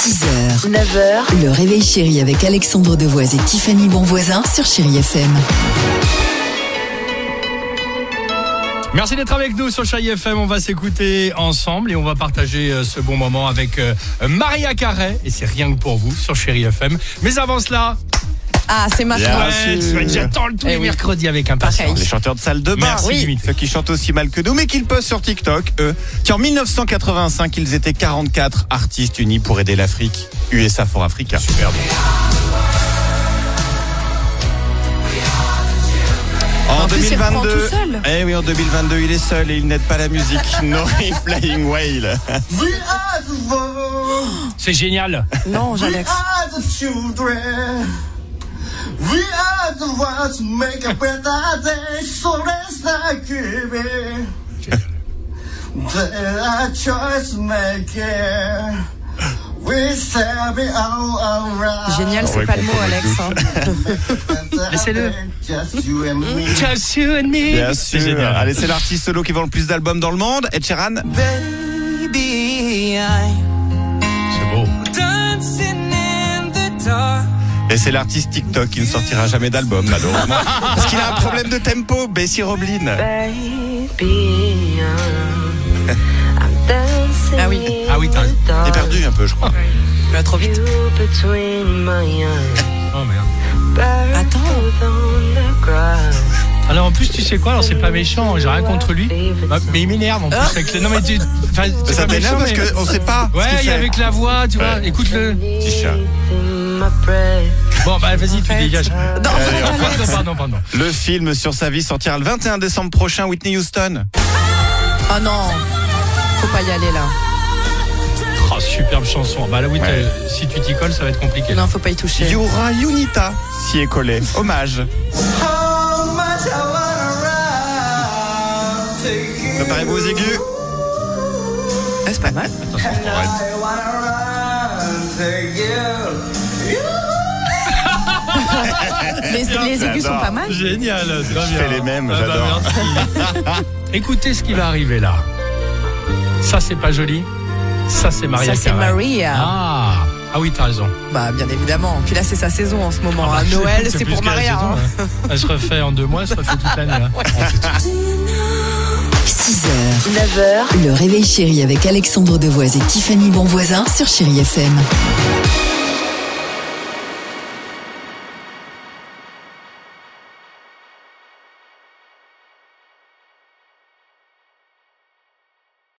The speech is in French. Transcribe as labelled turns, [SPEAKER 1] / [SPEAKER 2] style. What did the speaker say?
[SPEAKER 1] 6h, 9h, le réveil chéri avec Alexandre Devoise et Tiffany Bonvoisin sur Chéri FM.
[SPEAKER 2] Merci d'être avec nous sur Chai FM. On va s'écouter ensemble et on va partager euh, ce bon moment avec euh, Maria Carré. Et c'est rien que pour vous sur Chéri FM. Mais avant cela,
[SPEAKER 3] Ah, c'est ma
[SPEAKER 4] Bien
[SPEAKER 3] faute.
[SPEAKER 2] ouais,
[SPEAKER 4] sûr.
[SPEAKER 2] tu- j'attends le tous
[SPEAKER 3] Eh
[SPEAKER 2] les
[SPEAKER 3] oui.
[SPEAKER 2] mercredis avec impatience.
[SPEAKER 4] Les chanteurs de salle de bain,
[SPEAKER 2] Merci,
[SPEAKER 4] oui.
[SPEAKER 2] Dimitri.
[SPEAKER 4] ceux qui chantent aussi mal que nous, mais qu'ils postent sur TikTok, eux, qu'en 1985, ils étaient 44 artistes unis pour aider l'Afrique, USA for Africa. Super En
[SPEAKER 3] En plus, il reprend
[SPEAKER 4] 2022,
[SPEAKER 3] tout seul.
[SPEAKER 4] eh oui, en 2022, il est seul et il n'aide pas la musique. Nori Flying Whale.
[SPEAKER 5] We are the world,
[SPEAKER 2] C'est génial.
[SPEAKER 3] Non, Jalex.
[SPEAKER 5] are the children. We are the ones who make a better day, so let's not give in. There are choice making. We shall be all around.
[SPEAKER 3] Génial, c'est
[SPEAKER 4] ouais,
[SPEAKER 3] pas le mot,
[SPEAKER 4] comprends,
[SPEAKER 3] Alex. hein.
[SPEAKER 2] Laissez-le.
[SPEAKER 5] Just you and me.
[SPEAKER 2] Just you and me.
[SPEAKER 4] Bien
[SPEAKER 2] C'est
[SPEAKER 4] sûr.
[SPEAKER 2] génial.
[SPEAKER 4] Allez, c'est l'artiste solo qui vend le plus d'albums dans le monde. Ed Sheeran.
[SPEAKER 6] Baby, I'm
[SPEAKER 2] c'est beau.
[SPEAKER 6] dancing in the dark.
[SPEAKER 4] Et c'est l'artiste TikTok qui ne sortira jamais d'album, malheureusement. Parce qu'il a un problème de tempo, Bessie Roblin.
[SPEAKER 7] Baby, I'm dancing
[SPEAKER 3] Ah oui.
[SPEAKER 2] Ah oui, t'as-
[SPEAKER 7] in the
[SPEAKER 4] T'es
[SPEAKER 7] dark.
[SPEAKER 4] perdu un peu, je crois.
[SPEAKER 3] Tu vas trop vite.
[SPEAKER 7] You between my eyes.
[SPEAKER 2] Oh merde.
[SPEAKER 3] Attends.
[SPEAKER 7] Barefoot on the grass.
[SPEAKER 2] Alors en plus, tu sais quoi Alors c'est pas méchant, hein. j'ai rien contre lui. Bah, mais il m'énerve en plus. Avec le... Non mais tu. enfin, c'est
[SPEAKER 4] Ça
[SPEAKER 2] pas
[SPEAKER 4] t'énerve parce
[SPEAKER 2] méchant, mais-
[SPEAKER 4] qu'on sait pas. ce qu'il
[SPEAKER 2] Ouais, il y a
[SPEAKER 4] fait.
[SPEAKER 2] avec la voix, tu vois.
[SPEAKER 4] Ouais.
[SPEAKER 2] Écoute-le.
[SPEAKER 4] Petit chat.
[SPEAKER 7] In my breath.
[SPEAKER 2] Bon, bah vas-y, tu
[SPEAKER 3] Arrête.
[SPEAKER 2] dégages.
[SPEAKER 3] Non,
[SPEAKER 4] Allez,
[SPEAKER 2] Pardon,
[SPEAKER 4] enfin.
[SPEAKER 2] pardon, pardon.
[SPEAKER 4] Le film sur sa vie sortira le 21 décembre prochain, Whitney Houston.
[SPEAKER 3] oh non. Faut pas y aller là.
[SPEAKER 2] Oh, superbe chanson. Bah là, oui,
[SPEAKER 4] Ouais.
[SPEAKER 2] t'as- si tu t'y colles, ça va être compliqué.
[SPEAKER 3] Non, faut pas y toucher.
[SPEAKER 4] Yura Yunita s'y est collé. Hommage.
[SPEAKER 5] How much I wanna ride. Take you.
[SPEAKER 4] Préparez-vous aux aigus.
[SPEAKER 3] Ah, c'est pas mal.
[SPEAKER 5] I wanna run. Take you.
[SPEAKER 3] Les, les aigus sont
[SPEAKER 4] J'adore.
[SPEAKER 3] pas mal.
[SPEAKER 2] Génial, très bien.
[SPEAKER 4] fais les mêmes,
[SPEAKER 2] bah,
[SPEAKER 4] j'adore.
[SPEAKER 2] merci. Écoutez ce qui va arriver là. Ça, c'est pas joli. Ça, c'est Maria.
[SPEAKER 3] Ça, c'est
[SPEAKER 2] Carey.
[SPEAKER 3] Maria.
[SPEAKER 2] Ah. ah oui, t'as raison.
[SPEAKER 3] Bah, bien évidemment. Puis là, c'est sa saison en ce moment.
[SPEAKER 2] Ah,
[SPEAKER 3] hein. Noël, c'est
[SPEAKER 2] plus
[SPEAKER 3] pour
[SPEAKER 2] que la
[SPEAKER 3] Maria.
[SPEAKER 2] saison,
[SPEAKER 3] hein.
[SPEAKER 2] hein. Elle se refait en deux mois, elle se refait toute l'année. hein.
[SPEAKER 1] 6h, 9h, le réveil chéri avec Alexandre Devoise et Tiffany Bonvoisin sur Chéri FM.